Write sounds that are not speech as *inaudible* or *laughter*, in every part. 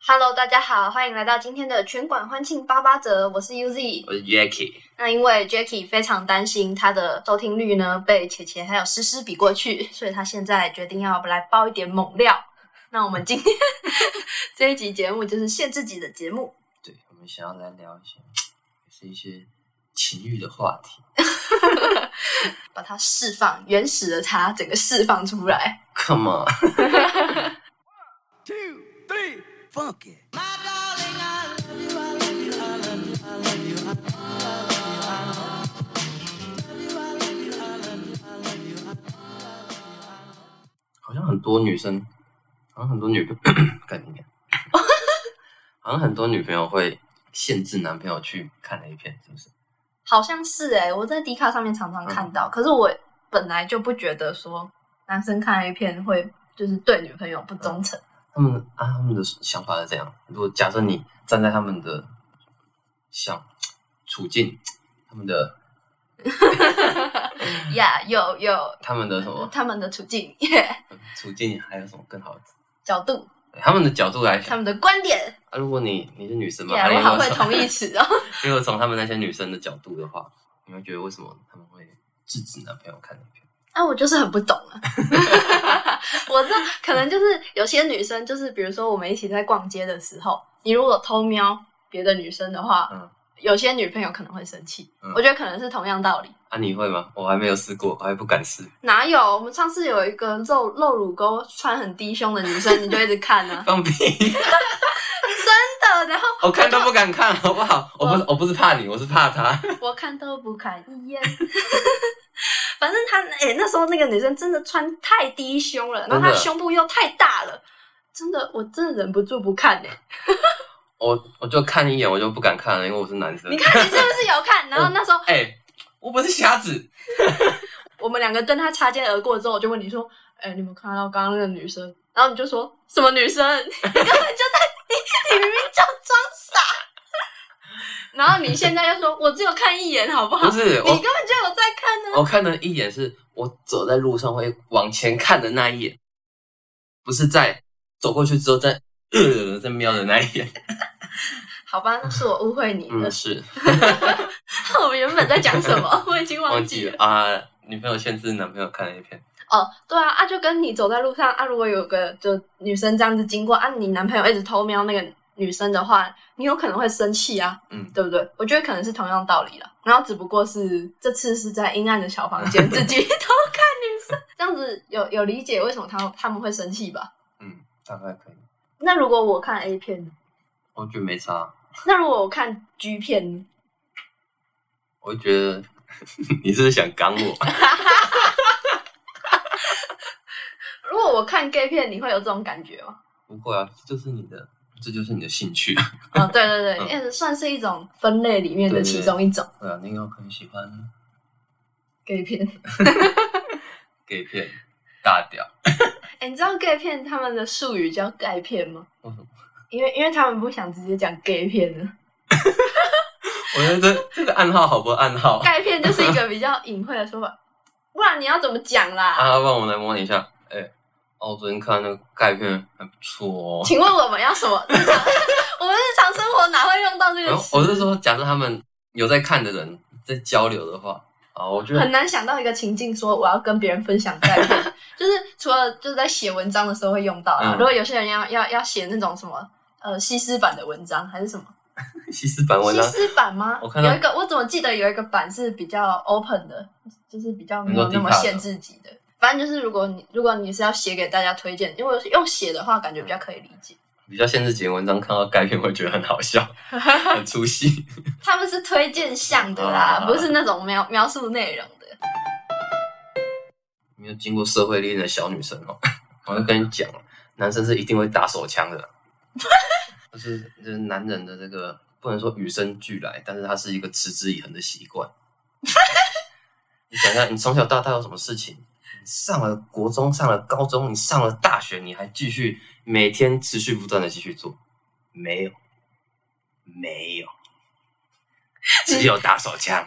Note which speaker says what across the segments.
Speaker 1: Hello，大家好，欢迎来到今天的全馆欢庆八八折，我是 UZ。
Speaker 2: 我是 Jacky，
Speaker 1: 那因为 Jacky 非常担心他的收听率呢被茄茄还有诗诗比过去，所以他现在决定要来爆一点猛料。那我们今天 *laughs* 这一集节目就是限制级的节目，
Speaker 2: 对我们想要来聊一些，是一些情欲的话题，
Speaker 1: 把它释放原始的它整个释放出来。
Speaker 2: Come on， *laughs*
Speaker 3: two, three, funk it.
Speaker 2: 好像很多女生，好像很多女， *coughs* 干你娘 *laughs* 好像很多女朋友会限制男朋友去看 A 片，是不是？
Speaker 1: 好像是哎、我在迪卡上面常常看到，可是我本来就不觉得说男生看 A 片会就是对女朋友不忠诚。
Speaker 2: 他们啊，他们的想法是这样。如果假设你站在他们的想处境，他们的
Speaker 1: 呀，有有，
Speaker 2: 他们的什么
Speaker 1: 他们的处境、 *laughs*
Speaker 2: 处境，还有什么更好的？
Speaker 1: 角度、
Speaker 2: 他们的角度来
Speaker 1: 他
Speaker 2: 想，
Speaker 1: 们的观点，
Speaker 2: 啊，如果你你是女生嘛，
Speaker 1: 呀，
Speaker 2: 啊
Speaker 1: 我
Speaker 2: 你
Speaker 1: 好
Speaker 2: 如果
Speaker 1: 会
Speaker 2: 说
Speaker 1: 同义词哦。
Speaker 2: *laughs* 如果从他们那些女生的角度的话，你会觉得为什么他们会制止男朋友看 A 片？
Speaker 1: 啊，我就是很不懂
Speaker 2: *laughs*
Speaker 1: 啊。我这可能就是有些女生，就是比如说我们一起在逛街的时候，你如果偷瞄别的女生的话，
Speaker 2: 嗯
Speaker 1: 有些女朋友可能会生气。
Speaker 2: 嗯
Speaker 1: 我觉得可能是同样道理。
Speaker 2: 啊，你会吗？我还没有试过，我还不敢试。
Speaker 1: 哪有？我们上次有一个露露乳沟、穿很低胸的女生，你就一直看
Speaker 2: *laughs*
Speaker 1: 啊，
Speaker 2: 放屁！
Speaker 1: 真的。然后
Speaker 2: 我看都不敢看，好不好？我不是我不是怕你，我是怕他。
Speaker 1: 我看都不敢一眼。 *laughs* 反正她哎、那时候那个女生真的穿太低胸了，然后她
Speaker 2: 真的
Speaker 1: 胸部又太大了，真的，我真的忍不住不看
Speaker 2: *laughs*
Speaker 1: 哎、
Speaker 2: 我我就看一眼，我就不敢看了，因为我是男生
Speaker 1: 你。看你是不是有看？然后那时候
Speaker 2: 哎、我不是瞎子。
Speaker 1: 我们两个跟她擦肩而过之后，我就问你说：“哎、你们看到刚刚那个女生？”然后你就说什么女生？你根本就在你你明明就装傻。然后你现在又说，我只有看一眼，好不好？
Speaker 2: 不是
Speaker 1: 哦你
Speaker 2: 我哦
Speaker 1: 根本就有在看呢、
Speaker 2: 我看的一眼是我走在路上会往前看的那一眼，不是在走过去之后再、呃、再瞄的那一眼。
Speaker 1: 好吧，那是我误会你了 *laughs*
Speaker 2: 嗯，。是
Speaker 1: 我们原本在讲什
Speaker 2: *laughs*
Speaker 1: 么，我已经
Speaker 2: 忘
Speaker 1: 忘
Speaker 2: 记
Speaker 1: 记
Speaker 2: 了
Speaker 1: 了。
Speaker 2: 啊、女朋友限制男朋友看 A 片。
Speaker 1: 哦，对啊，啊，就跟你走在路上啊，如果有个就女生这样子经过啊，你男朋友一直偷瞄那个女生的话，你有可能会生气啊，
Speaker 2: 嗯
Speaker 1: 对不对？我觉得可能是同样道理了。然后只不过是这次是在阴暗的小房间自
Speaker 2: *laughs*
Speaker 1: 己偷看女生，这样子有有理解为什么他他们会生气吧？
Speaker 2: 嗯，大概可以。
Speaker 1: 那如果我看 A 片呢，
Speaker 2: 我觉得没差，
Speaker 1: 那如果我看 G 片呢？
Speaker 2: 我会觉得 *laughs* 你是不是想刚我？ *laughs*
Speaker 1: 如果我看 gay 片，你会有这种感觉吗？
Speaker 2: 不会啊，这就是你的，这就是你的兴趣。 *laughs*
Speaker 1: 哦，对对对，
Speaker 2: 嗯
Speaker 1: 也、算是一种分类里面的其中一种
Speaker 2: 对啊，你有很喜欢
Speaker 1: gay 片。
Speaker 2: gay 片大屌，
Speaker 1: 哎，你知道 gay 片他们的术语叫钙片吗？
Speaker 2: 为什么？
Speaker 1: 因为因为他们不想直接讲 gay 片呢，
Speaker 2: 我觉得这这个暗号好不暗号
Speaker 1: 钙片就是一个比较隐晦的说法。不然你要怎么讲啦？
Speaker 2: *laughs* 啊？让我们来模拟一下。哎、哦，我昨天看那个钙片还不错哦。
Speaker 1: 请问我们要什么？日常 *laughs* 我们日常生活哪会用到这个
Speaker 2: 然后
Speaker 1: 词？
Speaker 2: 哦我是说，假设他们有在看的人在交流的话，啊，我觉
Speaker 1: 很
Speaker 2: 得
Speaker 1: 难想到一个情境说我要跟别人分享钙片， *laughs* 就是除了就是在写文章的时候会用到啦。
Speaker 2: 嗯
Speaker 1: 如果有些人要要要写那种什么呃西施版的文章还是什么。
Speaker 2: 西施版文
Speaker 1: 西
Speaker 2: 章，
Speaker 1: 施版吗？
Speaker 2: 我看到
Speaker 1: 有一个，我怎么记得有一个版是比较 open 的，就是比较没有那么限制级的。反正就是，如果你如果你是要写给大家推荐，因为用写的话，感觉比较可以理解。
Speaker 2: 比较限制级的文章，看到钙片会觉得很
Speaker 1: *laughs*
Speaker 2: 好笑，很出戏。
Speaker 1: 他们是推荐项的啦，
Speaker 2: 啊
Speaker 1: 不是那种描描述内容的。
Speaker 2: 没有经过社会历练的小女生哦， *laughs* 我就跟你讲，男生是一定会打手枪的，就是就是男人的这个不能说与生俱来，但是它是一个持之以恒的习惯。你想想，你从小到大有什么事情？你上了国中，上了高中，你上了大学，你还继续每天持续不断的继续做？没有，没有，只有打手枪。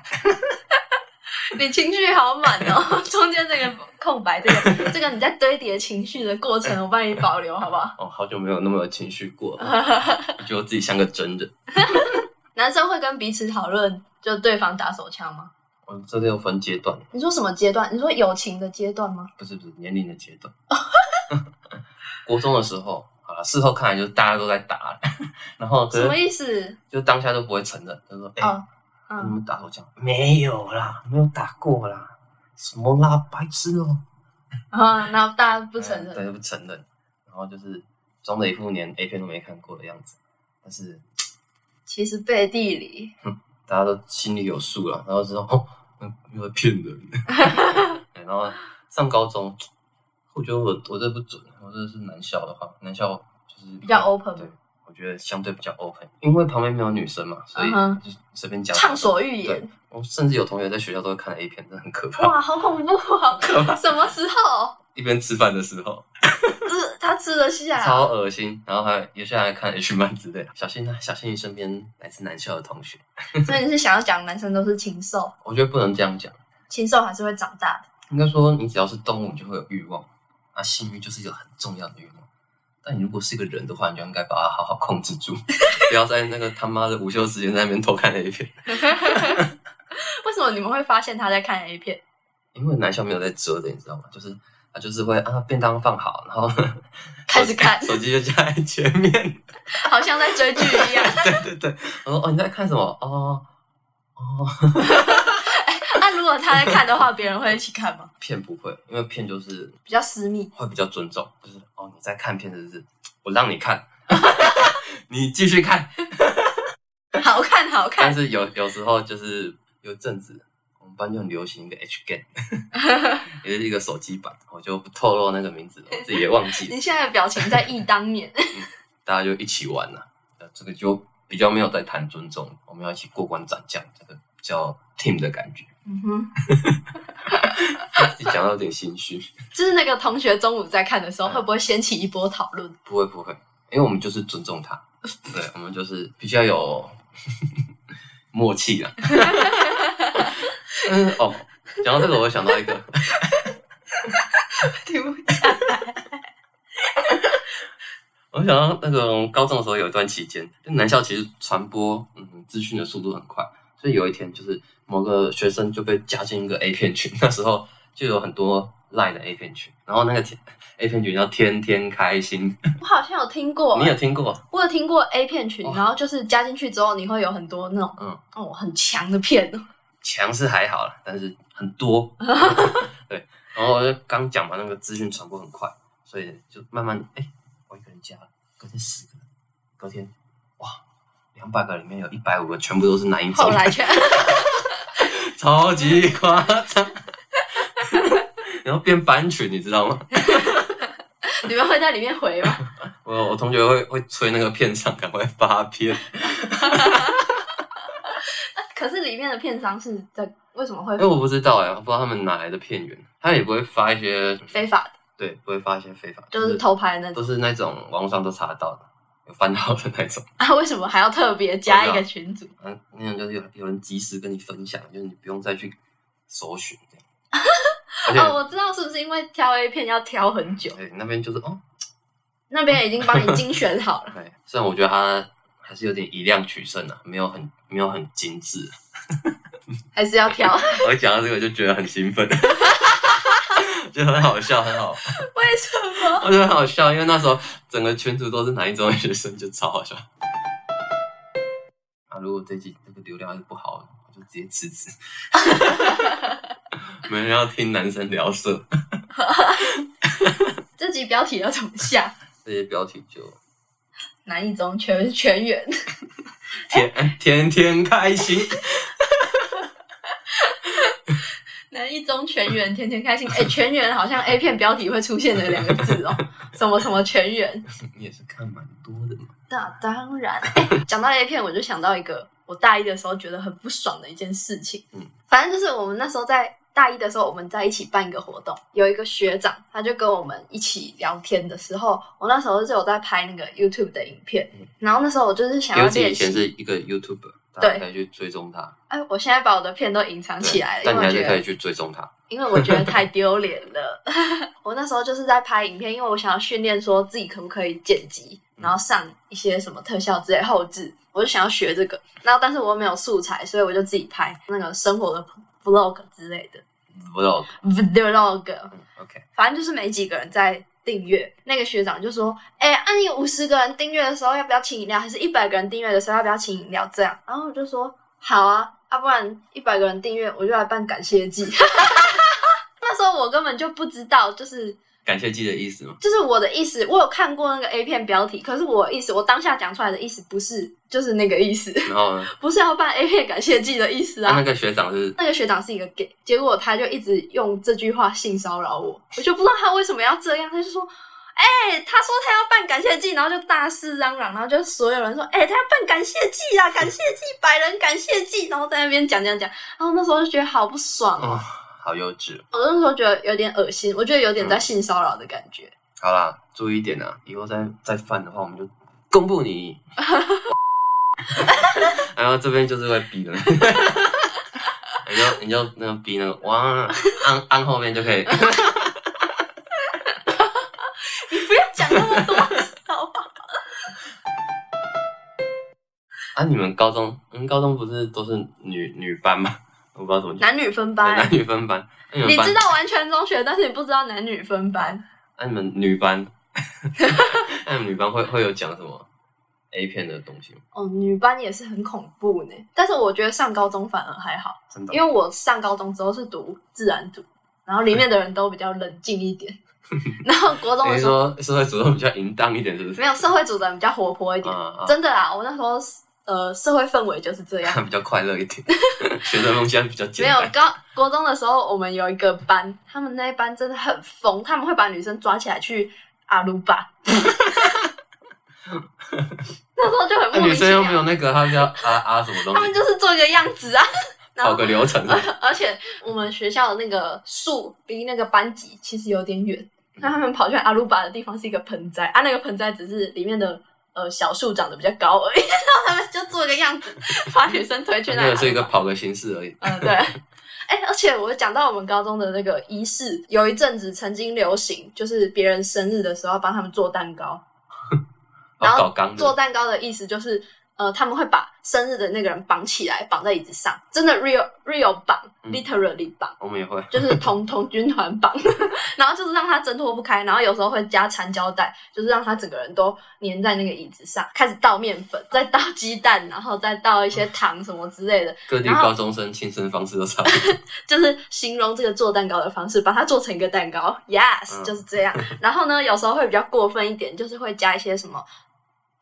Speaker 1: 你情绪好满哦， *laughs* 中间这个空白，这个这个你在堆叠情绪的过程，我帮你保留，好不好？
Speaker 2: 哦，好久没有那么有情绪过了，我觉得我自己像个真人。
Speaker 1: 男生会跟彼此讨论就对方打手枪吗？
Speaker 2: 我哦这个要分阶段，
Speaker 1: 你说什么阶段？你说友情的阶段吗？
Speaker 2: 不是不是年龄的阶段。 *laughs* 国中的时候，好了，事后看来就是大家都在打， *laughs* 然后可
Speaker 1: 什么
Speaker 2: 是
Speaker 1: 意思？
Speaker 2: 就当下都不会承认，就说哎、
Speaker 1: 哦，
Speaker 2: 你
Speaker 1: 嗯，
Speaker 2: 们打手枪没有啦，没有打过啦，什么啦，白痴哦、
Speaker 1: 然后然后大家不承
Speaker 2: 嗯
Speaker 1: 认，
Speaker 2: 对，不承认，然后就是装的一副连 A 片都没看过的样子，但是
Speaker 1: 其实背地里，
Speaker 2: 大家都心里有数了，然后知道哦，嗯又在骗
Speaker 1: *laughs*
Speaker 2: 人，对然后上高中，我觉得我我这不准，我这是男校的话，男校就是
Speaker 1: 比较 open
Speaker 2: 对，我觉得相对比较 open，因为旁边没有女生嘛，所以
Speaker 1: 嗯哼
Speaker 2: 就随便讲
Speaker 1: 畅所欲
Speaker 2: 对
Speaker 1: 言，，
Speaker 2: 我甚至有同学在学校都会看 A 片，真的很可怕。
Speaker 1: 哇，好恐怖哦！什么时候？
Speaker 2: *laughs* 一边吃饭的时候，
Speaker 1: 呃，他吃得下啊？
Speaker 2: 超恶心，然后还有些人还看 H 漫之类的，小心啊，小心你身边来自男校的同学。
Speaker 1: 所以你是想要讲男生都是禽兽，
Speaker 2: 我觉得不能这样讲，
Speaker 1: 禽兽还是会长大的。
Speaker 2: 应该说你只要是动物，你就会有欲望，那性欲就是一个很重要的欲望。但你如果是一个人的话，你就应该把它好好控制住， *laughs* 不要在那个他妈的午休时间在那边偷看 A 片，
Speaker 1: *laughs* 为什么你们会发现他在看 A 片？
Speaker 2: 因为男校没有在遮的，你知道吗？就是他就是会啊，便当放好，然后
Speaker 1: *laughs* 开始看
Speaker 2: 手机就架在前面。
Speaker 1: 好像在追剧一样。
Speaker 2: 对对对，我说哦，你在看什么？哦哦，
Speaker 1: 那、啊如果他在看的话，别人会一起看吗？
Speaker 2: 骗不会，因为骗就是
Speaker 1: 比较私密，
Speaker 2: 会比较尊重，就是哦你在看片是不是？我让你看， *laughs* 你继续看。
Speaker 1: 好看 *laughs* 好看。
Speaker 2: 但是有有时候就是有阵子，我们班就很流行一个 H game，也是一个手机版，我就不透露那个名字了，我自己也忘
Speaker 1: *laughs*
Speaker 2: 记了
Speaker 1: 你。现在的表情在忆当年，
Speaker 2: 大家就一起玩了、呃这个就比较没有在谈尊重，我们要一起过关斩将，这个比较 team 的感觉。
Speaker 1: 嗯哼，
Speaker 2: 一讲到有点心虚，
Speaker 1: 就是那个同学中午在看的时
Speaker 2: 嗯
Speaker 1: 候，会不会掀起一波讨论？ *laughs*
Speaker 2: 不会不会，因为我们就是尊重他，对，我们就是比较有 *laughs* 默契啦。嗯哦，讲到这个，我想到一个，
Speaker 1: 停不下
Speaker 2: 我想到那个高中的时候有一段期间，就南校其实传播嗯资讯的速度很快，所以有一天就是某个学生就被加进一个 A 片群， *laughs* 那时候就有很多赖的 A 片群，然后那个天 A 片群叫天天开心，
Speaker 1: 我好像有听过，
Speaker 2: 你有听过？
Speaker 1: 我有听过 A 片群，
Speaker 2: 哇
Speaker 1: 然后就是加进去之后，你会有很多那种
Speaker 2: 嗯
Speaker 1: 哦很强的片哦，
Speaker 2: 强是还好啦，但是很多，对。然后我就刚讲嘛，那个资讯传播很快，所以就慢慢哎、我一个人加了，隔天十个人，隔天哇，两百个里面有一百五个全部都是男一
Speaker 1: 后
Speaker 2: 种，
Speaker 1: 来全
Speaker 2: 超级夸张。 *laughs* 然后变班群，你知道吗？
Speaker 1: *laughs* 你们会在里面回吗？ *laughs*
Speaker 2: 我我同学会会催那个片场赶快发
Speaker 1: *laughs*
Speaker 2: 片，
Speaker 1: 可是里面的片商是在为什么会
Speaker 2: 因为我不知道哎、我不知道他们哪来的片源，他也不会发一些
Speaker 1: 非法的，
Speaker 2: 对，不会发一些非法，
Speaker 1: 就是偷拍的那种 *laughs*
Speaker 2: 都是那种网络上都查得到的，有翻到的那种。 *laughs*
Speaker 1: 啊？为什么还要特别加一个群组？
Speaker 2: 嗯，那种就是有有人及时跟你分享，就是你不用再去搜寻这样。
Speaker 1: *laughs*
Speaker 2: 而且、
Speaker 1: 哦，我知道是不是因为挑 A 片要挑很久，
Speaker 2: 对那边就是哦，
Speaker 1: 那边已经帮你精选好
Speaker 2: *laughs*
Speaker 1: 了。
Speaker 2: 哎，虽然我觉得他还是有点以量取胜啊，没有很没有很精致。
Speaker 1: 还是要挑？
Speaker 2: 我一讲到这个就觉得很兴奋， *laughs* 就很好笑，很好，
Speaker 1: 为什么？
Speaker 2: 我觉得很好笑，因为那时候整个群组都是南一中的学生，就超好笑。啊，如果这集这个流量还是不好，我就直接辞职。 *laughs* 没人要听男生聊色，
Speaker 1: 这集标题要怎么下？
Speaker 2: 这些标题就
Speaker 1: 南一中全全员， *laughs* 哎
Speaker 2: 天、哎天天开心， *laughs*
Speaker 1: 南一中全员天天开心。哎、全员好像 A 片标题会出现的两个字哦，什么什么全员。
Speaker 2: 你也是看蛮多的嘛。
Speaker 1: 那当然。哎 *laughs* 讲到 A 片，我就想到一个我大一的时候觉得很不爽的一件事情。
Speaker 2: 嗯
Speaker 1: 反正就是我们那时候在大一的时候，我们在一起办一个活动，有一个学长他就跟我们一起聊天的时候，我那时候就有在拍那个 YouTube 的影片，
Speaker 2: 嗯
Speaker 1: 然后那时候我就是想要
Speaker 2: 刘姐
Speaker 1: 练
Speaker 2: 以前
Speaker 1: 习。
Speaker 2: 是一个 YouTuber，大家
Speaker 1: 对
Speaker 2: 可以去追踪他，
Speaker 1: 哎，我现在把我的片都隐藏起来
Speaker 2: 对
Speaker 1: 了，
Speaker 2: 但
Speaker 1: 因
Speaker 2: 你
Speaker 1: 为我觉
Speaker 2: 还是可以
Speaker 1: 得，
Speaker 2: 去追踪他。
Speaker 1: 因为我觉得太丢脸了。 *laughs* 我那时候就是在拍影片，因为我想要训练说自己可不可以剪辑，
Speaker 2: 嗯
Speaker 1: 然后上一些什么特效之类后置，我就想要学这个。然后但是我又没有素材，所以我就自己拍那个生活的 vlog 之类的
Speaker 2: vlog，
Speaker 1: vlog。
Speaker 2: 嗯，OK，
Speaker 1: 反正就是没几个人在订阅。那个学长就说：“哎、啊，你五十个人订阅的时候要不要请饮料？还是一百个人订阅的时候要不要请饮料？”这样，然后我就说：“好啊，要、不然一百个人订阅我就来办感谢祭。” *laughs* 那时候我根本就不知道，就是
Speaker 2: 感谢祭的意思吗？
Speaker 1: 就是我的意思，我有看过那个 A 片标题，可是我的意思，我当下讲出来的意思不是就是那个意思， *laughs*
Speaker 2: 然后呢，
Speaker 1: 不是要办 A 片感谢祭的意思
Speaker 2: 那
Speaker 1: 啊。
Speaker 2: 那个学长是
Speaker 1: 那个学长是一个 gay，结果他就一直用这句话性骚扰我，我就不知道他为什么要这样，他就说。哎、他说他要办感谢祭，然后就大肆嚷嚷，然后就所有人说，哎、他要办感谢祭啦，感谢祭，百人感谢祭，然后在那边讲讲讲，然后那时候就觉得好不爽
Speaker 2: 哦，
Speaker 1: 哦，
Speaker 2: 好幼稚。
Speaker 1: 我那时候觉得有点恶心，我觉得有点
Speaker 2: 哦
Speaker 1: 在性骚扰的感觉， *laughs*
Speaker 2: 好啦，注意一点啊，以后再再犯的话，我们就公
Speaker 1: *laughs*
Speaker 2: 布你。然后这边就是会逼的， *laughs* 你就你就那个逼那个哇，按按后面就可以。
Speaker 1: 你不要讲那么多，好吧？
Speaker 2: 啊，你们高中，你们高中不是都是女女班吗？我不知道怎么讲，
Speaker 1: 男女分
Speaker 2: 对
Speaker 1: 班，
Speaker 2: 男女分班。那
Speaker 1: 你
Speaker 2: 们班
Speaker 1: 知？道完全中学，但是你不知道男女分班，
Speaker 2: 那你们女班， *laughs* 那你们女班会会有讲什么 A 片的东西吗？
Speaker 1: 哦，女班也是很恐怖呢。但是我觉得上高中反而还好，
Speaker 2: 真的？
Speaker 1: 因为我上高中之后是读自然组，然后里面的人都比较冷静一
Speaker 2: *laughs*
Speaker 1: 点。然后国中
Speaker 2: 你
Speaker 1: 的
Speaker 2: 是
Speaker 1: 时候
Speaker 2: 说社会主动比较淫荡一点，是不是？
Speaker 1: 没有社会组的人比较活泼一点，
Speaker 2: 啊，
Speaker 1: 真的啊，我那时候呃社会氛围就是这样。
Speaker 2: 啊 *laughs* 比较快乐一点，学生梦想比较简
Speaker 1: 没有
Speaker 2: 单。
Speaker 1: 高国中的时候，我们有一个班，他们那一班真的很疯，他们会把女生抓起来去阿鲁
Speaker 2: *laughs*
Speaker 1: 巴。那时候就很
Speaker 2: 那
Speaker 1: 莫
Speaker 2: 啊女
Speaker 1: 名其
Speaker 2: 生又没
Speaker 1: 妙，
Speaker 2: 有那个，她叫啊啊什么东
Speaker 1: 他们
Speaker 2: 西，
Speaker 1: 就是做一个样子啊， *laughs* 然后
Speaker 2: 跑个流程啊。
Speaker 1: 而且我们学校的那个树离那个班级其实有点远，
Speaker 2: 嗯
Speaker 1: 那他们跑去阿鲁巴的地方是一个盆栽，啊，那个盆栽只是里面的呃小树长得比较高而已， *laughs* 然后他们就做一个样子，把女生推 *laughs* 去那
Speaker 2: 那
Speaker 1: 里。
Speaker 2: 个是一个跑个形式而已。
Speaker 1: 嗯，对。哎、而且我讲到我们高中的那个仪式，有一阵子曾经流行，就是别人生日的时候帮他们做蛋糕。然
Speaker 2: 哦
Speaker 1: 后
Speaker 2: 搞刚
Speaker 1: 做
Speaker 2: 的，
Speaker 1: 蛋糕的意思就是，呃，他们会把生日的那个人绑起来，绑在椅子上，真的 real real 绑
Speaker 2: 嗯
Speaker 1: ，literally 绑。
Speaker 2: 我们也会。
Speaker 1: 就是
Speaker 2: *laughs*
Speaker 1: 同同军团绑，然后就是让他挣脱不开，然后有时候会加缠胶带，就是让他整个人都粘在那个椅子上，开始倒面粉，再倒鸡蛋，然后再倒一些
Speaker 2: 嗯
Speaker 1: 糖什么之类的，
Speaker 2: 各地
Speaker 1: 然后
Speaker 2: 高中生庆生方式都差不
Speaker 1: *laughs*
Speaker 2: 多。
Speaker 1: 就是形容这个做蛋糕的方式，把它做成一个蛋糕，yes，
Speaker 2: 嗯
Speaker 1: 就是这
Speaker 2: *laughs*
Speaker 1: 样。然后呢，有时候会比较过分一点，就是会加一些什么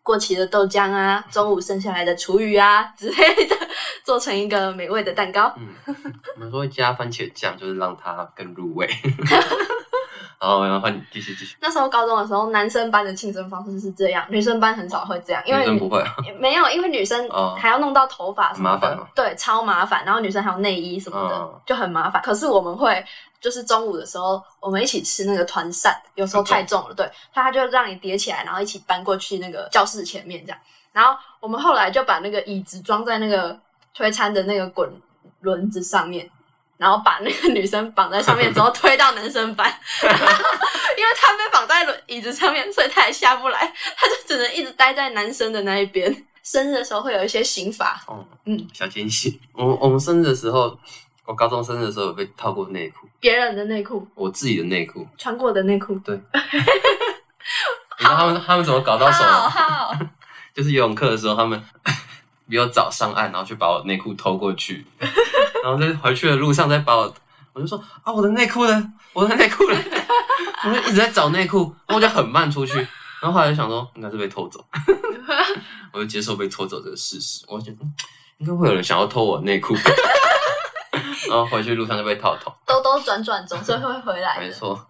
Speaker 1: 过期的豆浆啊，中午剩下来的厨余啊之类的，做成一个美味的蛋糕。
Speaker 2: 嗯，我们说会加番茄酱，就是让它更
Speaker 1: *laughs*
Speaker 2: 入味。好，然后换你继续继续。
Speaker 1: 那时候高中的时候，男生班的庆生方式是这样，女生班很少会这样，因
Speaker 2: 女
Speaker 1: 为
Speaker 2: 生
Speaker 1: 女
Speaker 2: 不会啊，
Speaker 1: 没有，因为女生
Speaker 2: 哦
Speaker 1: 还要弄到头发什么
Speaker 2: 麻
Speaker 1: 的，
Speaker 2: 烦哦
Speaker 1: 对，超麻烦。然后女生还有内衣什么的，
Speaker 2: 哦
Speaker 1: 就很麻烦。可是我们会，就是中午的时候，我们一起吃那个团扇，有时候太重了，对，他就让你叠起来，然后一起搬过去那个教室前面这样。然后我们后来就把那个椅子装在那个推餐的那个滚轮子上面，然后把那个女生绑在上面之后推到男生
Speaker 2: *laughs*
Speaker 1: 班，因为她被绑在轮椅子上面，所以她也下不来，她就只能一直待在男生的那一边。生日的时候会有一些刑罚，
Speaker 2: 哦，
Speaker 1: 嗯，
Speaker 2: 小惊喜。我我们生日的时候，我高中生日的时候有被套过内裤，
Speaker 1: 别人的内裤、
Speaker 2: 我自己的内裤。
Speaker 1: 穿过的内裤，
Speaker 2: 你知道他们他们怎么搞到手啊
Speaker 1: 好
Speaker 2: 的吗？
Speaker 1: 好，
Speaker 2: 就是游泳课的时候，他们 *laughs* 比我早上岸，然后去把我内裤偷过
Speaker 1: *laughs*
Speaker 2: 去，然后在回去的路上再把我，我就说啊，我的内裤呢？我的内裤呢？我就一直在找内裤，然后我就很慢出去，然后后来就想说应该是被
Speaker 1: *laughs*
Speaker 2: 偷走，我就接受被偷走这个事实，我觉得嗯应该会有人想要偷我的内裤， *laughs* 然后回去路上就被套头，
Speaker 1: 兜兜转转总是会回来
Speaker 2: 没
Speaker 1: 的。
Speaker 2: 错，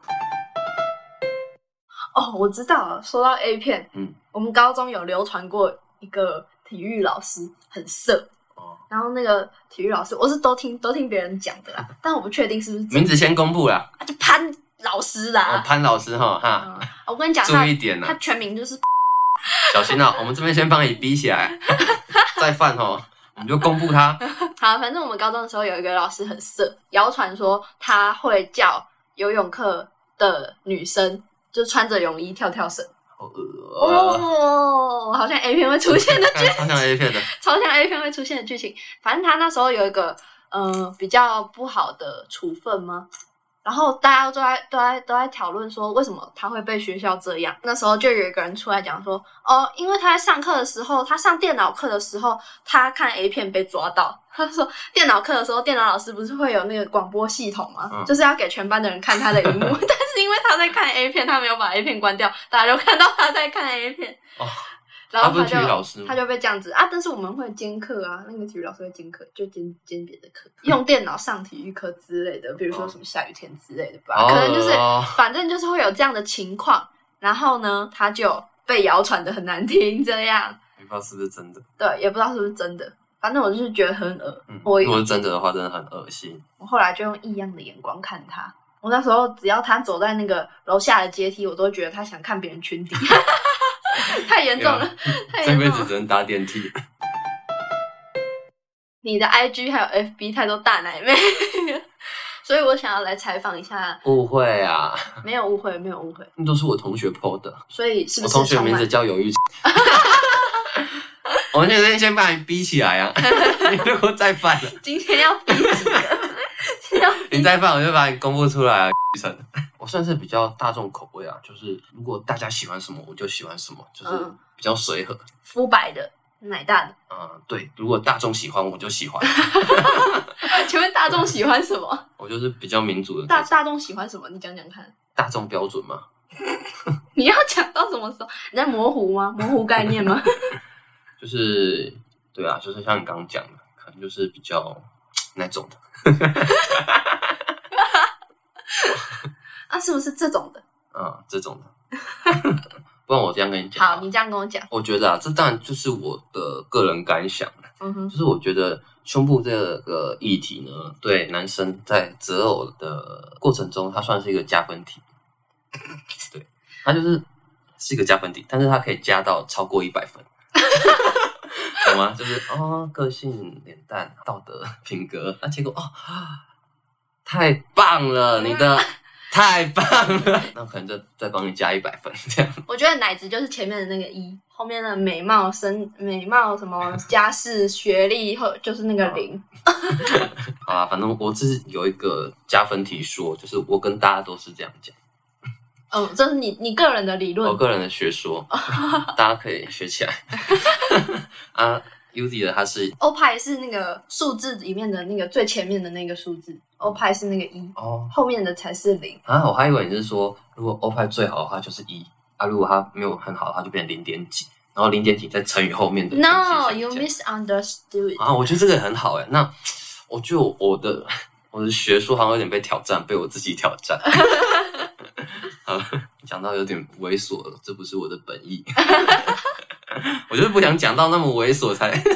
Speaker 1: 哦，我知道了。说到 A 片，
Speaker 2: 嗯，
Speaker 1: 我们高中有流传过一个体育老师很色，
Speaker 2: 哦，
Speaker 1: 然后那个体育老师我是都听都听别人讲的
Speaker 2: 嗯
Speaker 1: 啦，但我不确定是不是真
Speaker 2: 名字先公布啦，
Speaker 1: 他就潘老师
Speaker 2: 哦
Speaker 1: 啦。
Speaker 2: 潘老师哈哈，
Speaker 1: 嗯，我跟你啊讲，
Speaker 2: 注
Speaker 1: 他
Speaker 2: 意点啊
Speaker 1: 他全名就是
Speaker 2: *laughs* 小心啊！我们这边先帮你逼起来，再犯哦，你就公布他，
Speaker 1: 好，反正我们高中的时候有一个老师很色，谣传说他会叫游泳课的女生就穿着泳衣跳跳绳。
Speaker 2: 好
Speaker 1: 哦，
Speaker 2: 恶
Speaker 1: 好像 A 片会出现的剧，
Speaker 2: 啊，超像 A 片的，
Speaker 1: *laughs* 超像 A 片会出现的剧情。反正他那时候有一个呃比较不好的处分吗？然后大家都在都在都在讨论说，为什么他会被学校这样？那时候就有一个人出来讲说，哦，因为他在上课的时候，他上电脑课的时候，他看 A 片被抓到。 *laughs* 他说，电脑课的时候，电脑老师不是会有那个广播系统吗？
Speaker 2: 嗯
Speaker 1: 就是要给全班的人看他的荧幕。 *laughs* 但是因为他在看 A 片，他没有把 A 片关掉，大家就看到他在看 A 片。
Speaker 2: 哦，
Speaker 1: 然后
Speaker 2: 他不是
Speaker 1: 就
Speaker 2: 体育老师吗
Speaker 1: 他就被这样子啊。但是我们会兼课啊，那个体育老师会兼课，就兼兼别的课，用电脑上体育课之类的，比如说什么下雨天之类的吧。
Speaker 2: 哦
Speaker 1: *laughs* 可能就是
Speaker 2: 哦
Speaker 1: 反正就是会有这样的情况。然后呢，他就被谣传的很难听，这样
Speaker 2: 不知道是不是真的。
Speaker 1: 对，也不知道是不是真的。反正我就是觉得很恶
Speaker 2: 嗯，
Speaker 1: 我
Speaker 2: 如果是真的的话，真的很恶心。
Speaker 1: 我后来就用异样的眼光看他。我那时候只要他走在那个楼下的阶梯，我都觉得他想看别人裙底， *laughs* 太严重了，太
Speaker 2: 这
Speaker 1: 严
Speaker 2: 辈
Speaker 1: 重
Speaker 2: 子
Speaker 1: 了。
Speaker 2: 只能搭电梯。
Speaker 1: 你的 IG 还有 FB 太多大奶妹，所以我想要来采访一下。
Speaker 2: 误会啊，
Speaker 1: 没有误会，没有误会，
Speaker 2: 那都是我同学 PO 的。
Speaker 1: 所以是不
Speaker 2: 我
Speaker 1: 是
Speaker 2: 同学名
Speaker 1: 充
Speaker 2: 字
Speaker 1: 满
Speaker 2: 叫犹豫。 *laughs* 我们那天先把你逼起来啊！ *laughs* 你如果再犯了，
Speaker 1: 今天要逼急了， *laughs* 今天要
Speaker 2: 你再犯我就把你公布出来啊！ *laughs* 成，我算是比较大众口味啊，就是如果大家喜欢什么，我就喜欢什么，就是
Speaker 1: 嗯
Speaker 2: 比较随和。
Speaker 1: 肤白的奶大的。
Speaker 2: 嗯、对，如果大众喜欢我就喜
Speaker 1: *laughs*
Speaker 2: 欢，
Speaker 1: 请问大众喜欢什么？
Speaker 2: 我就是比较民主的
Speaker 1: 大
Speaker 2: 那种
Speaker 1: 大众喜欢什么？你讲讲看。
Speaker 2: 大众标准嘛。
Speaker 1: 你要讲到什么时候？你在模糊吗？模糊概念吗？ *laughs*
Speaker 2: 就是对啊，就是像你刚刚讲的，可能就是比较那种的，
Speaker 1: 啊，是不是这种的？
Speaker 2: 嗯，这种的。
Speaker 1: *laughs*
Speaker 2: *laughs* 不然我这样跟你讲啊，
Speaker 1: 好，你这样跟我讲。
Speaker 2: 我觉得啊，这当然就是我的个人感想，
Speaker 1: 嗯哼，
Speaker 2: 就是我觉得胸部这个议题呢，对男生在择偶的过程中，它算是一个加分题，对，它就是是一个加分题，但是它可以加到超过一百分。 *laughs* 懂吗？就是哦，个性、脸蛋、道德、品格，那、结果哦，太棒了，你的太棒了，那可能就再帮你加一百分这样。
Speaker 1: 我觉得奶子就是前面的那个一，后面的美貌、身美貌什么家世、学历后就是那
Speaker 2: 嗯
Speaker 1: 个零。
Speaker 2: 好啦，反正我只是有一个加分题说，就是我跟大家都是这样讲，
Speaker 1: 嗯，这是你你哦个人的理
Speaker 2: 我
Speaker 1: 论。
Speaker 2: 个人的学说，大家可以学起来。啊，Uzi 的他是
Speaker 1: 欧派是那个数字里面的那个最前面的那个数字，欧派是那个一，
Speaker 2: 哦
Speaker 1: 后面的才是零。
Speaker 2: 啊，我还以为你是说，如果欧派最好的话就是一啊，如果他没有很好的话就变零点几，然后零点几再乘以后面的东西下
Speaker 1: No,
Speaker 2: 去
Speaker 1: you *laughs*
Speaker 2: 讲
Speaker 1: misunderstood.
Speaker 2: 啊，我觉得这个很好哎。那我觉得我的我的学术好像有点被挑战，被我自己挑战。 *laughs* 好，讲到有点猥琐了，这不是我的本意。 *laughs* 我就是不想讲到那么猥琐才，
Speaker 1: 你前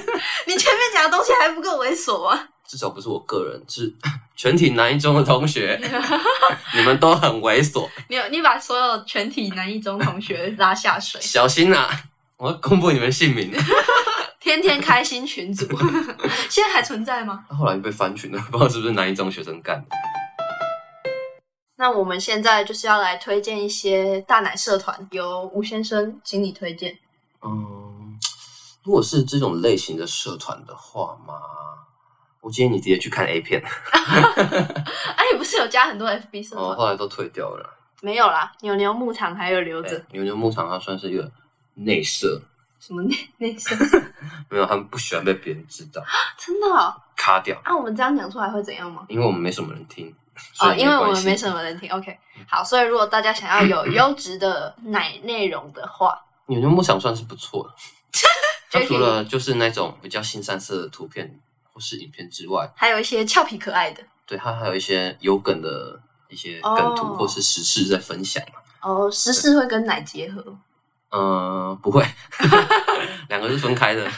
Speaker 1: 面讲的东西还不够猥琐 *laughs* 吗？
Speaker 2: 至少不是我个人，是 *laughs* 全体南一中的同学，
Speaker 1: *laughs*
Speaker 2: *laughs* 你们都很猥琐，，
Speaker 1: 你有你把所有全体南一中同学拉下水
Speaker 2: 小心呐、我要公布你们姓名。
Speaker 1: *laughs* 天天开心群 *laughs* 组，现在还存在吗？
Speaker 2: 后来就被翻群了，不知道是不是南一中学生干的。
Speaker 1: 那我们现在就是要来推荐一些大奶社团，由吴先生请你推荐。
Speaker 2: 嗯，如果是这种类型的社团的话嘛，我建议你直接去看 A 片。
Speaker 1: 哎，你不是有加很多 FB 社团？
Speaker 2: 哦，后来都退掉了。
Speaker 1: 没有啦，牛牛牧场还有留着。
Speaker 2: 哎牛牛牧场它算是一个内设，
Speaker 1: 什么内内向？
Speaker 2: 没有他们不喜欢被别人知道，
Speaker 1: 真的、哦？
Speaker 2: 卡掉，
Speaker 1: 啊，我们这样讲出来会怎样吗？
Speaker 2: 因为我们没什么人听，所
Speaker 1: 哦，
Speaker 2: 以
Speaker 1: 因为我
Speaker 2: 啊关
Speaker 1: 们
Speaker 2: 系
Speaker 1: 没什么人听。OK，好，所以如果大家想要有优质的奶内容的话，
Speaker 2: 牛牛牧场算是不错
Speaker 1: *laughs*
Speaker 2: 的。它
Speaker 1: Jackie
Speaker 2: 除了就是那种比较新三色的图片或是影片之外，
Speaker 1: 还有一些俏皮可爱的
Speaker 2: 对它还有一些有梗的一些梗图
Speaker 1: 哦
Speaker 2: 或是时事在分享。
Speaker 1: 哦，时事会跟奶结合。
Speaker 2: 嗯，
Speaker 1: *laughs*
Speaker 2: 不会，两个是分开的。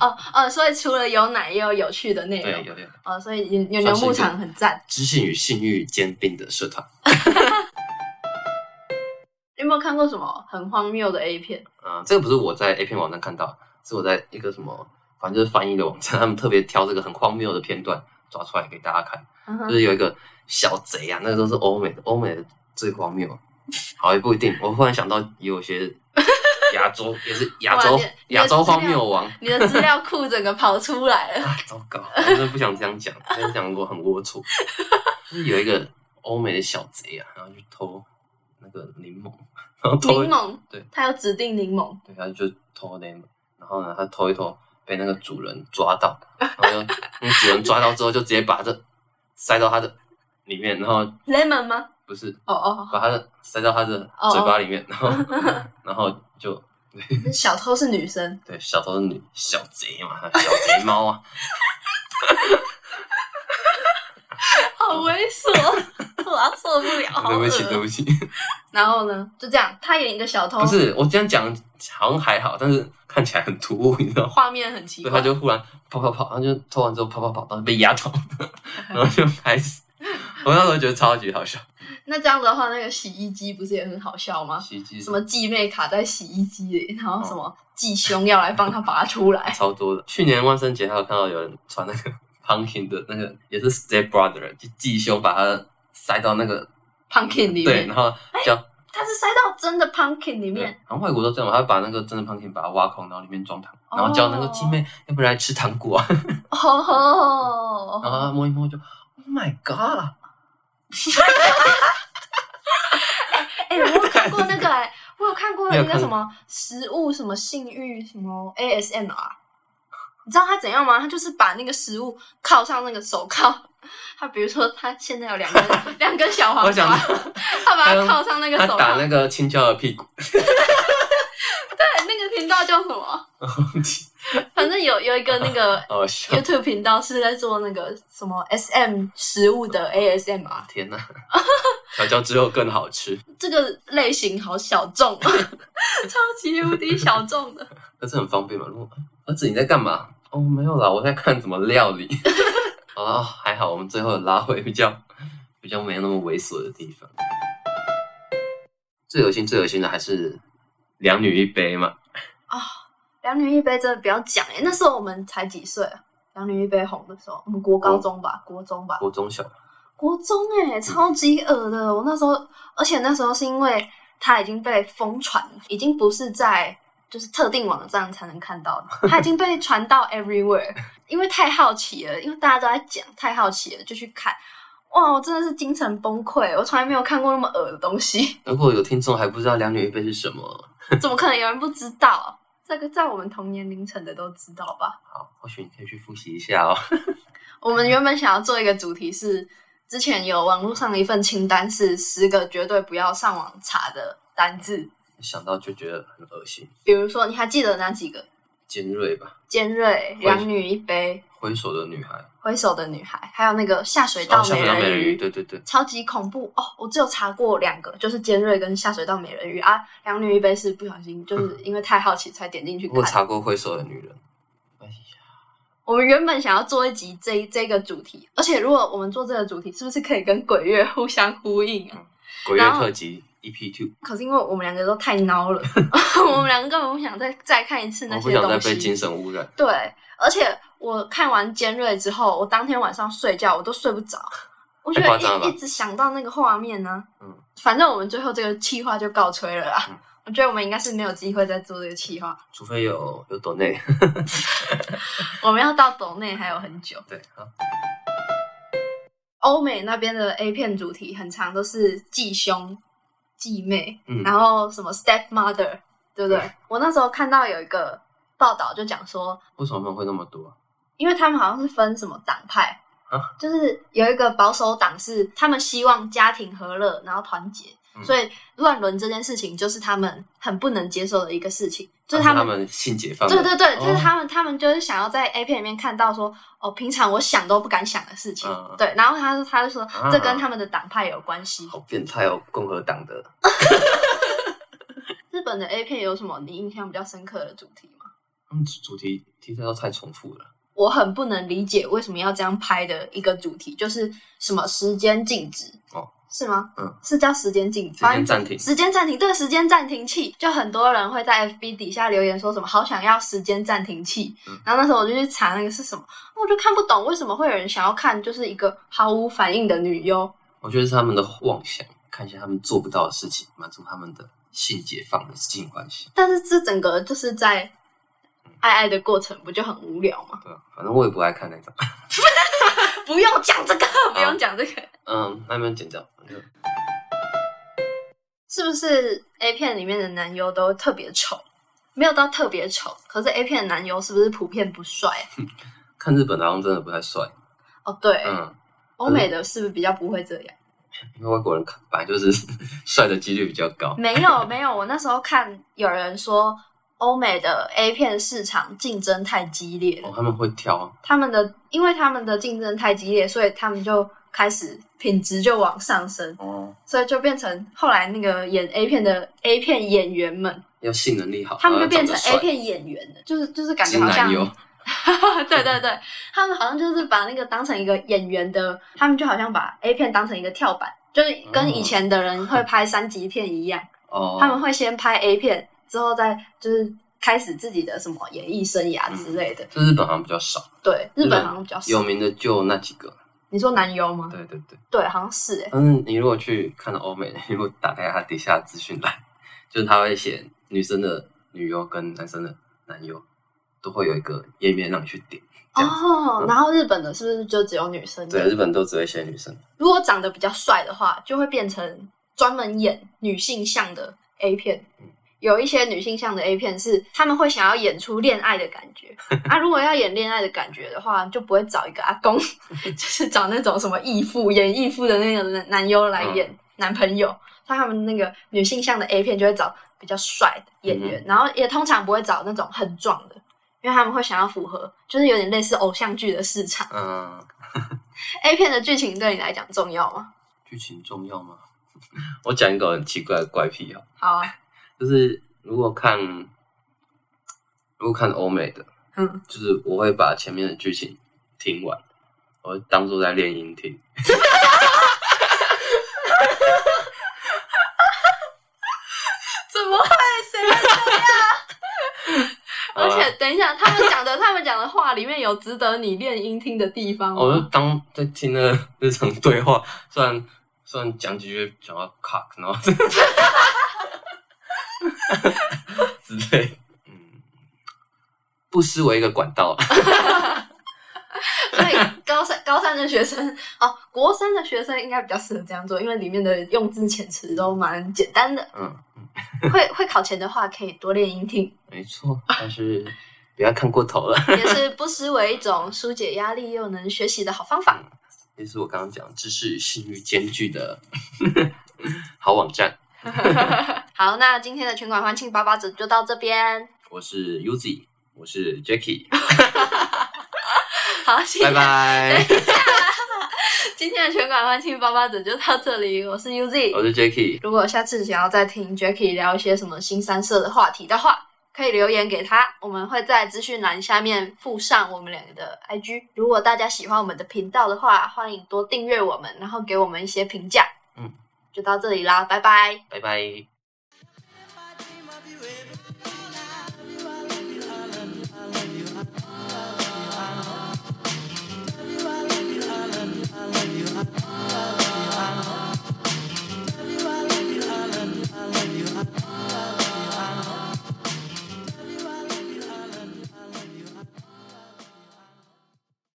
Speaker 1: 哦哦，所以除了有奶，也有有趣的内
Speaker 2: 对，
Speaker 1: 容。
Speaker 2: 有点
Speaker 1: 哦，所以牛牛牛牧场很赞。
Speaker 2: 知性与性欲兼并的社团。
Speaker 1: 你有没有看过什么很荒谬的 A 片？
Speaker 2: 呃啊，这个不是我在 A 片网站看到，是我在一个什么反正就是翻译的网站，他们特别挑这个很荒谬的片段抓出来给大家看。
Speaker 1: 嗯
Speaker 2: 就
Speaker 1: 哼
Speaker 2: 是有一个小贼啊，那个都是欧美的，欧美的最荒谬。 *laughs* 好，也不一定。我忽然想到，也有些亚洲也是亚洲
Speaker 1: 哇你
Speaker 2: 亚洲
Speaker 1: 你的资料
Speaker 2: 荒谬王。
Speaker 1: 你的资料库整个跑出来了。
Speaker 2: 哎，糟糕，我真的不想这样讲，这样讲我很龌龊。就是有一个欧美的小贼啊，然后去偷那个柠檬，然后偷
Speaker 1: 柠檬，
Speaker 2: 对，
Speaker 1: 他有指定柠檬，
Speaker 2: 对，他就偷那，然后呢，他偷一偷，被那个主人抓到，然后就那个主人抓到之后，就直接把这塞到他的里面，然后
Speaker 1: lemon 吗？
Speaker 2: 不是
Speaker 1: 哦
Speaker 2: *laughs*
Speaker 1: 哦，
Speaker 2: 把他的塞到他的
Speaker 1: 哦
Speaker 2: 嘴巴里面，然后然后就
Speaker 1: 小偷是女生，
Speaker 2: 对小偷是女小贼嘛，小贼猫啊，
Speaker 1: 好猥琐，我要受不了，好
Speaker 2: 对不
Speaker 1: 恶
Speaker 2: 起对不起，
Speaker 1: 然后呢，就这样，他演一个小偷，
Speaker 2: 不是我这样讲好像还好，但是看起来很突兀，你知道吗？
Speaker 1: 画面很奇
Speaker 2: 对，
Speaker 1: 怪，
Speaker 2: 他就忽然跑跑跑，然后就偷完之后跑跑跑，然后被压倒，然后就拍死。我那时候觉得超级好笑，
Speaker 1: 那这样的话，那个洗衣机不是也很好笑吗？
Speaker 2: 袭击
Speaker 1: 什么继妹卡在洗衣机里，然
Speaker 2: 哦
Speaker 1: 后什么继兄要来帮他拔出来， *laughs*
Speaker 2: 超多的。去年万圣节还有看到有人穿那个 pumpkin 的那个，也是 step brother，就弟兄把他塞到那个
Speaker 1: pumpkin 里
Speaker 2: 对，
Speaker 1: 面哎
Speaker 2: 然，后叫、
Speaker 1: 他是塞到真的 pumpkin 里
Speaker 2: 对，
Speaker 1: 面，
Speaker 2: 然后外国都这样嘛，他把那个真的 pumpkin 把它挖空，然后里面装糖，
Speaker 1: 哦
Speaker 2: 然后叫那个弟妹要不然来吃糖果 *laughs* 啊，然后
Speaker 1: 哦，
Speaker 2: 他摸一摸就 Oh my God，
Speaker 1: 哎，我有看过那个，哎我有看过
Speaker 2: 你有
Speaker 1: 那
Speaker 2: 看
Speaker 1: 个什么食物什么性欲什么 ASMR，你知道他怎样吗？他就是把那个食物铐上那个手铐。他比如说，他现在有两
Speaker 2: *laughs*
Speaker 1: 根两根小黄
Speaker 2: 我想
Speaker 1: 瓜，他把
Speaker 2: 他
Speaker 1: 它铐上那个
Speaker 2: 他
Speaker 1: 手
Speaker 2: 打
Speaker 1: 铐
Speaker 2: 那，个青椒的屁股， *laughs*
Speaker 1: 对，哎那个频道叫什么？反正有有一个那
Speaker 2: *laughs*
Speaker 1: 个
Speaker 2: 好笑。
Speaker 1: YouTube 频道是在做那个什么 SM 食物的 ASMR，
Speaker 2: 啊天哪， *laughs* 调教之后更好吃，
Speaker 1: 这个类型好小众， *laughs* 超级无敌小众的。
Speaker 2: 但是很方便嘛。如果儿子你在干嘛？哦，没有啦，我在看怎么料理。 *laughs* 好了，还好我们最后有拉回比较比较没有那么猥琐的地方。最恶心、最恶心的还是两女一杯嘛。
Speaker 1: 啊两女一杯真的不要讲哎、那时候我们才几岁啊？两女一杯红的时候，我们国高中吧，国中吧，
Speaker 2: 国中小
Speaker 1: 国中哎、超级恶的。我那时候，而且那时候是因为它已经被疯传，已经不是在就是特定网站才能看到的，它已经被传到 everywhere。因 *laughs* 为太好奇了，因为大家都在讲，太好奇了就去看。哇，我真的是精神崩溃，我从来没有看过那么恶的东西， *laughs*
Speaker 2: 如果有听众还不知道两女一杯是什么，
Speaker 1: 怎么可能有人不知道？这个在我们同年龄层的都知道吧？
Speaker 2: 好，或许你可以去复习一下哦。 *laughs*
Speaker 1: 我们原本想要做一个主题是，之前有网络上的一份清单是十个绝对不要上网查的单字，
Speaker 2: 想到就觉得很恶心，
Speaker 1: 比如说你还记得哪几个？
Speaker 2: 尖锐吧，
Speaker 1: 尖锐、两女一杯、
Speaker 2: 挥手的女孩，
Speaker 1: 挥手的女孩，还有那个下水
Speaker 2: 哦，
Speaker 1: 道
Speaker 2: 下
Speaker 1: 美
Speaker 2: 面的美
Speaker 1: 人
Speaker 2: 人
Speaker 1: 鱼，
Speaker 2: 鱼，对对对，
Speaker 1: 超级恐怖哦！我只有查过两个，就是尖锐跟下水道美人鱼啊。两女一杯是不小心，就是因为太好奇才点进去
Speaker 2: 嗯我有
Speaker 1: 看。
Speaker 2: 查过挥手的女人，哎呀，
Speaker 1: 我们原本想要做一集这一这个主题，而且如果我们做这个主题，是不是可以跟鬼月互相呼应啊？
Speaker 2: 鬼月
Speaker 1: 然后
Speaker 2: 特辑 EP two。
Speaker 1: 可是因为我们两个都太孬
Speaker 2: *laughs*
Speaker 1: 了， *laughs* 我们两个根本不想再再看一次那
Speaker 2: 我不
Speaker 1: 些
Speaker 2: 想
Speaker 1: 东
Speaker 2: 再被精
Speaker 1: 西。
Speaker 2: 神污染。
Speaker 1: 对，而且我看完《尖锐》之后，我当天晚上睡觉我都睡不
Speaker 2: *laughs*
Speaker 1: 着，我觉
Speaker 2: 太夸张了
Speaker 1: 得
Speaker 2: 吧
Speaker 1: 一一直想到那个画面呢、
Speaker 2: 嗯
Speaker 1: 反正我们最后这个企划就告吹了啦。
Speaker 2: 嗯
Speaker 1: *laughs* 我觉得我们应该是没有机会再做这个企划， *laughs*
Speaker 2: 除非有有抖内， *laughs*
Speaker 1: 我们要到抖内还有很久。
Speaker 2: 对，好，
Speaker 1: 欧美那边的 A 片主题很常都是继兄、继妹，
Speaker 2: 嗯
Speaker 1: 然后什么 stepmother，对不对
Speaker 2: 对？
Speaker 1: 我那时候看到有一个报道就讲说，
Speaker 2: 为什么他们会那么多啊？
Speaker 1: 因为他们好像是分什么党派，
Speaker 2: 啊
Speaker 1: 就是有一个保守党是他们希望家庭和乐，然后团结，
Speaker 2: 嗯
Speaker 1: 所以乱伦这件事情就是他们很不能接受的一个事情，就是
Speaker 2: 还
Speaker 1: 他
Speaker 2: 啊他
Speaker 1: 们。
Speaker 2: 们性解放的，
Speaker 1: 对对对，就是
Speaker 2: 哦
Speaker 1: 他们，他们就是想要在 A 片里面看到说，哦，平常我想都不敢想的事情，
Speaker 2: 嗯
Speaker 1: 对。然后他他就说，
Speaker 2: 啊
Speaker 1: 这跟他们的党派有关系。
Speaker 2: 好变态哦，共和党的
Speaker 1: 日本的 A 片有什么你印象比较深刻的主题吗？
Speaker 2: 他们主题题材都太重复了，
Speaker 1: 我很不能理解为什么要这样拍的一个主题，就是什么时间静止
Speaker 2: 哦，
Speaker 1: 是吗？
Speaker 2: 嗯，
Speaker 1: 是叫时间静止，
Speaker 2: 时间暂停
Speaker 1: 时间暂停，对，时间暂停器，就很多人会在 FB 底下留言说什么好想要时间暂停器，
Speaker 2: 嗯
Speaker 1: 然后那时候我就去查那个是什么，我就看不懂为什么会有人想要看，就是一个毫无反应的女优，
Speaker 2: 我觉得是他们的妄想，看一下他们做不到的事情，满足他们的性解放的性幻想。
Speaker 1: 但是这整个就是在爱爱的过程，不就很无聊吗？
Speaker 2: 对啊，反正我也不爱看那种。
Speaker 1: *laughs*
Speaker 2: *laughs*
Speaker 1: 不用讲这个，不用讲这个，
Speaker 2: 嗯，那边剪掉。反正
Speaker 1: 是不是 A 片里面的男优都特别丑？没有到特别丑，可是 A 片的男优是不是普遍不帅？
Speaker 2: 看日本的好像真的不太帅。
Speaker 1: 哦，对，
Speaker 2: 嗯，
Speaker 1: 欧美的是不是比较不会这样？
Speaker 2: 因为外国人看本来就是 *laughs* 帅的几率比较高。
Speaker 1: 没有没有，我那时候看有人说欧美的 A 片市场竞争太激烈了，
Speaker 2: 哦，他们会挑啊。
Speaker 1: 他们的因为他们的竞争太激烈，所以他们就开始品质就往上升，
Speaker 2: 哦，
Speaker 1: 所以就变成后来那个演 A 片的 A 片演员们，
Speaker 2: 要性能力好，
Speaker 1: 他们就
Speaker 2: 然后要
Speaker 1: 变
Speaker 2: 啊长
Speaker 1: 成
Speaker 2: 得
Speaker 1: A
Speaker 2: 帅
Speaker 1: 片演员了，就是就是感觉
Speaker 2: 直
Speaker 1: 好
Speaker 2: 男
Speaker 1: 像
Speaker 2: 优。
Speaker 1: *laughs* 对对对，他们好像就是把那个当成一个演员的，他们就好像把 A 片当成一个跳板，就是跟以前的人
Speaker 2: *laughs*
Speaker 1: 会拍三级片一样，
Speaker 2: 哦，
Speaker 1: 他们会先拍 A 片，之后再就是开始自己的什么演艺生涯之类的。
Speaker 2: 这日本好像比较少，
Speaker 1: 对，
Speaker 2: 嗯日
Speaker 1: 日
Speaker 2: 本
Speaker 1: 本好像比较少
Speaker 2: 有。名的就那几个。
Speaker 1: 你说男优吗？
Speaker 2: 对对对，
Speaker 1: 对，好像是哎、
Speaker 2: 但是嗯你如果去看到欧美， *laughs* 你如果打开它底下的资讯栏，就是它会写女生的女优跟男生的男优，都会有一个页面让你去点。这样子
Speaker 1: 哦，
Speaker 2: 嗯
Speaker 1: 然后日本的是不是就只有女生？
Speaker 2: 对，日本都只会写女生。
Speaker 1: 如果长得比较帅的话，就会变成专门演女性向的 A 片
Speaker 2: 嗯。
Speaker 1: 有一些女性向的 A 片是他们会想要演出恋爱的感觉啊，如果要演恋爱的感觉的话，就不会找一个阿公， *laughs* 就是找那种什么义父演义父的那种男男优来演男朋友。像他们那个女性向的 A 片就会找比较帅的演员，然后也通常不会找那种很壮的，因为他们会想要符合，就是有点类似偶像剧的市场。
Speaker 2: 嗯，
Speaker 1: A 片的剧情对你来讲重要吗？
Speaker 2: 剧情重要吗？ *laughs* 我讲一个很奇怪的怪癖哈，
Speaker 1: 好啊，
Speaker 2: 就是如果看，如果看欧美的，
Speaker 1: 嗯，
Speaker 2: 就是我会把前面的剧情听完，我会当做在练音听。
Speaker 1: 怎么会？谁会这样？ *laughs* 而
Speaker 2: 好
Speaker 1: 且
Speaker 2: 啦
Speaker 1: 等一下，他们讲的他们讲的话里面有值得你练音听的地方
Speaker 2: 我就
Speaker 1: 吗？
Speaker 2: 当在听那个日常对话，虽然虽然讲几句讲到 cock，然后 *laughs* 之类的，嗯，不失为一个管道。
Speaker 1: *laughs*
Speaker 2: 啊
Speaker 1: 所以高三高三的学生哦，国三的学生应该比较适合这样做，因为里面的用字遣词都蛮简单
Speaker 2: *laughs*
Speaker 1: 的。
Speaker 2: 嗯，
Speaker 1: 会会考前的话，可以多练音听，
Speaker 2: 没错，但是不要看过头了。
Speaker 1: 也是不失为一种疏解压力又能学习的好方
Speaker 2: 嗯
Speaker 1: 法。
Speaker 2: 这是我刚刚讲知识与性欲兼具的 *laughs* 好网站。
Speaker 1: 好，那今天的全馆欢庆八八折就到这边，
Speaker 2: 我是 Uzi，我是 Jacky，
Speaker 1: 好，谢谢
Speaker 2: 拜。 *laughs* 拜。
Speaker 1: *laughs* 今天的全馆欢庆八八折就到这里，我是 UZ，
Speaker 2: 我是 Jacky，
Speaker 1: 如果下次想要再听 Jacky 聊一些什么新三社的话题的话，可以留言给他，我们会在资讯栏下面附上我们两个的 IG。如果大家喜欢我们的频道的话，欢迎多订阅我们，然后给我们一些评价。
Speaker 2: 嗯，
Speaker 1: 就到这里啦，拜拜。
Speaker 2: 拜拜。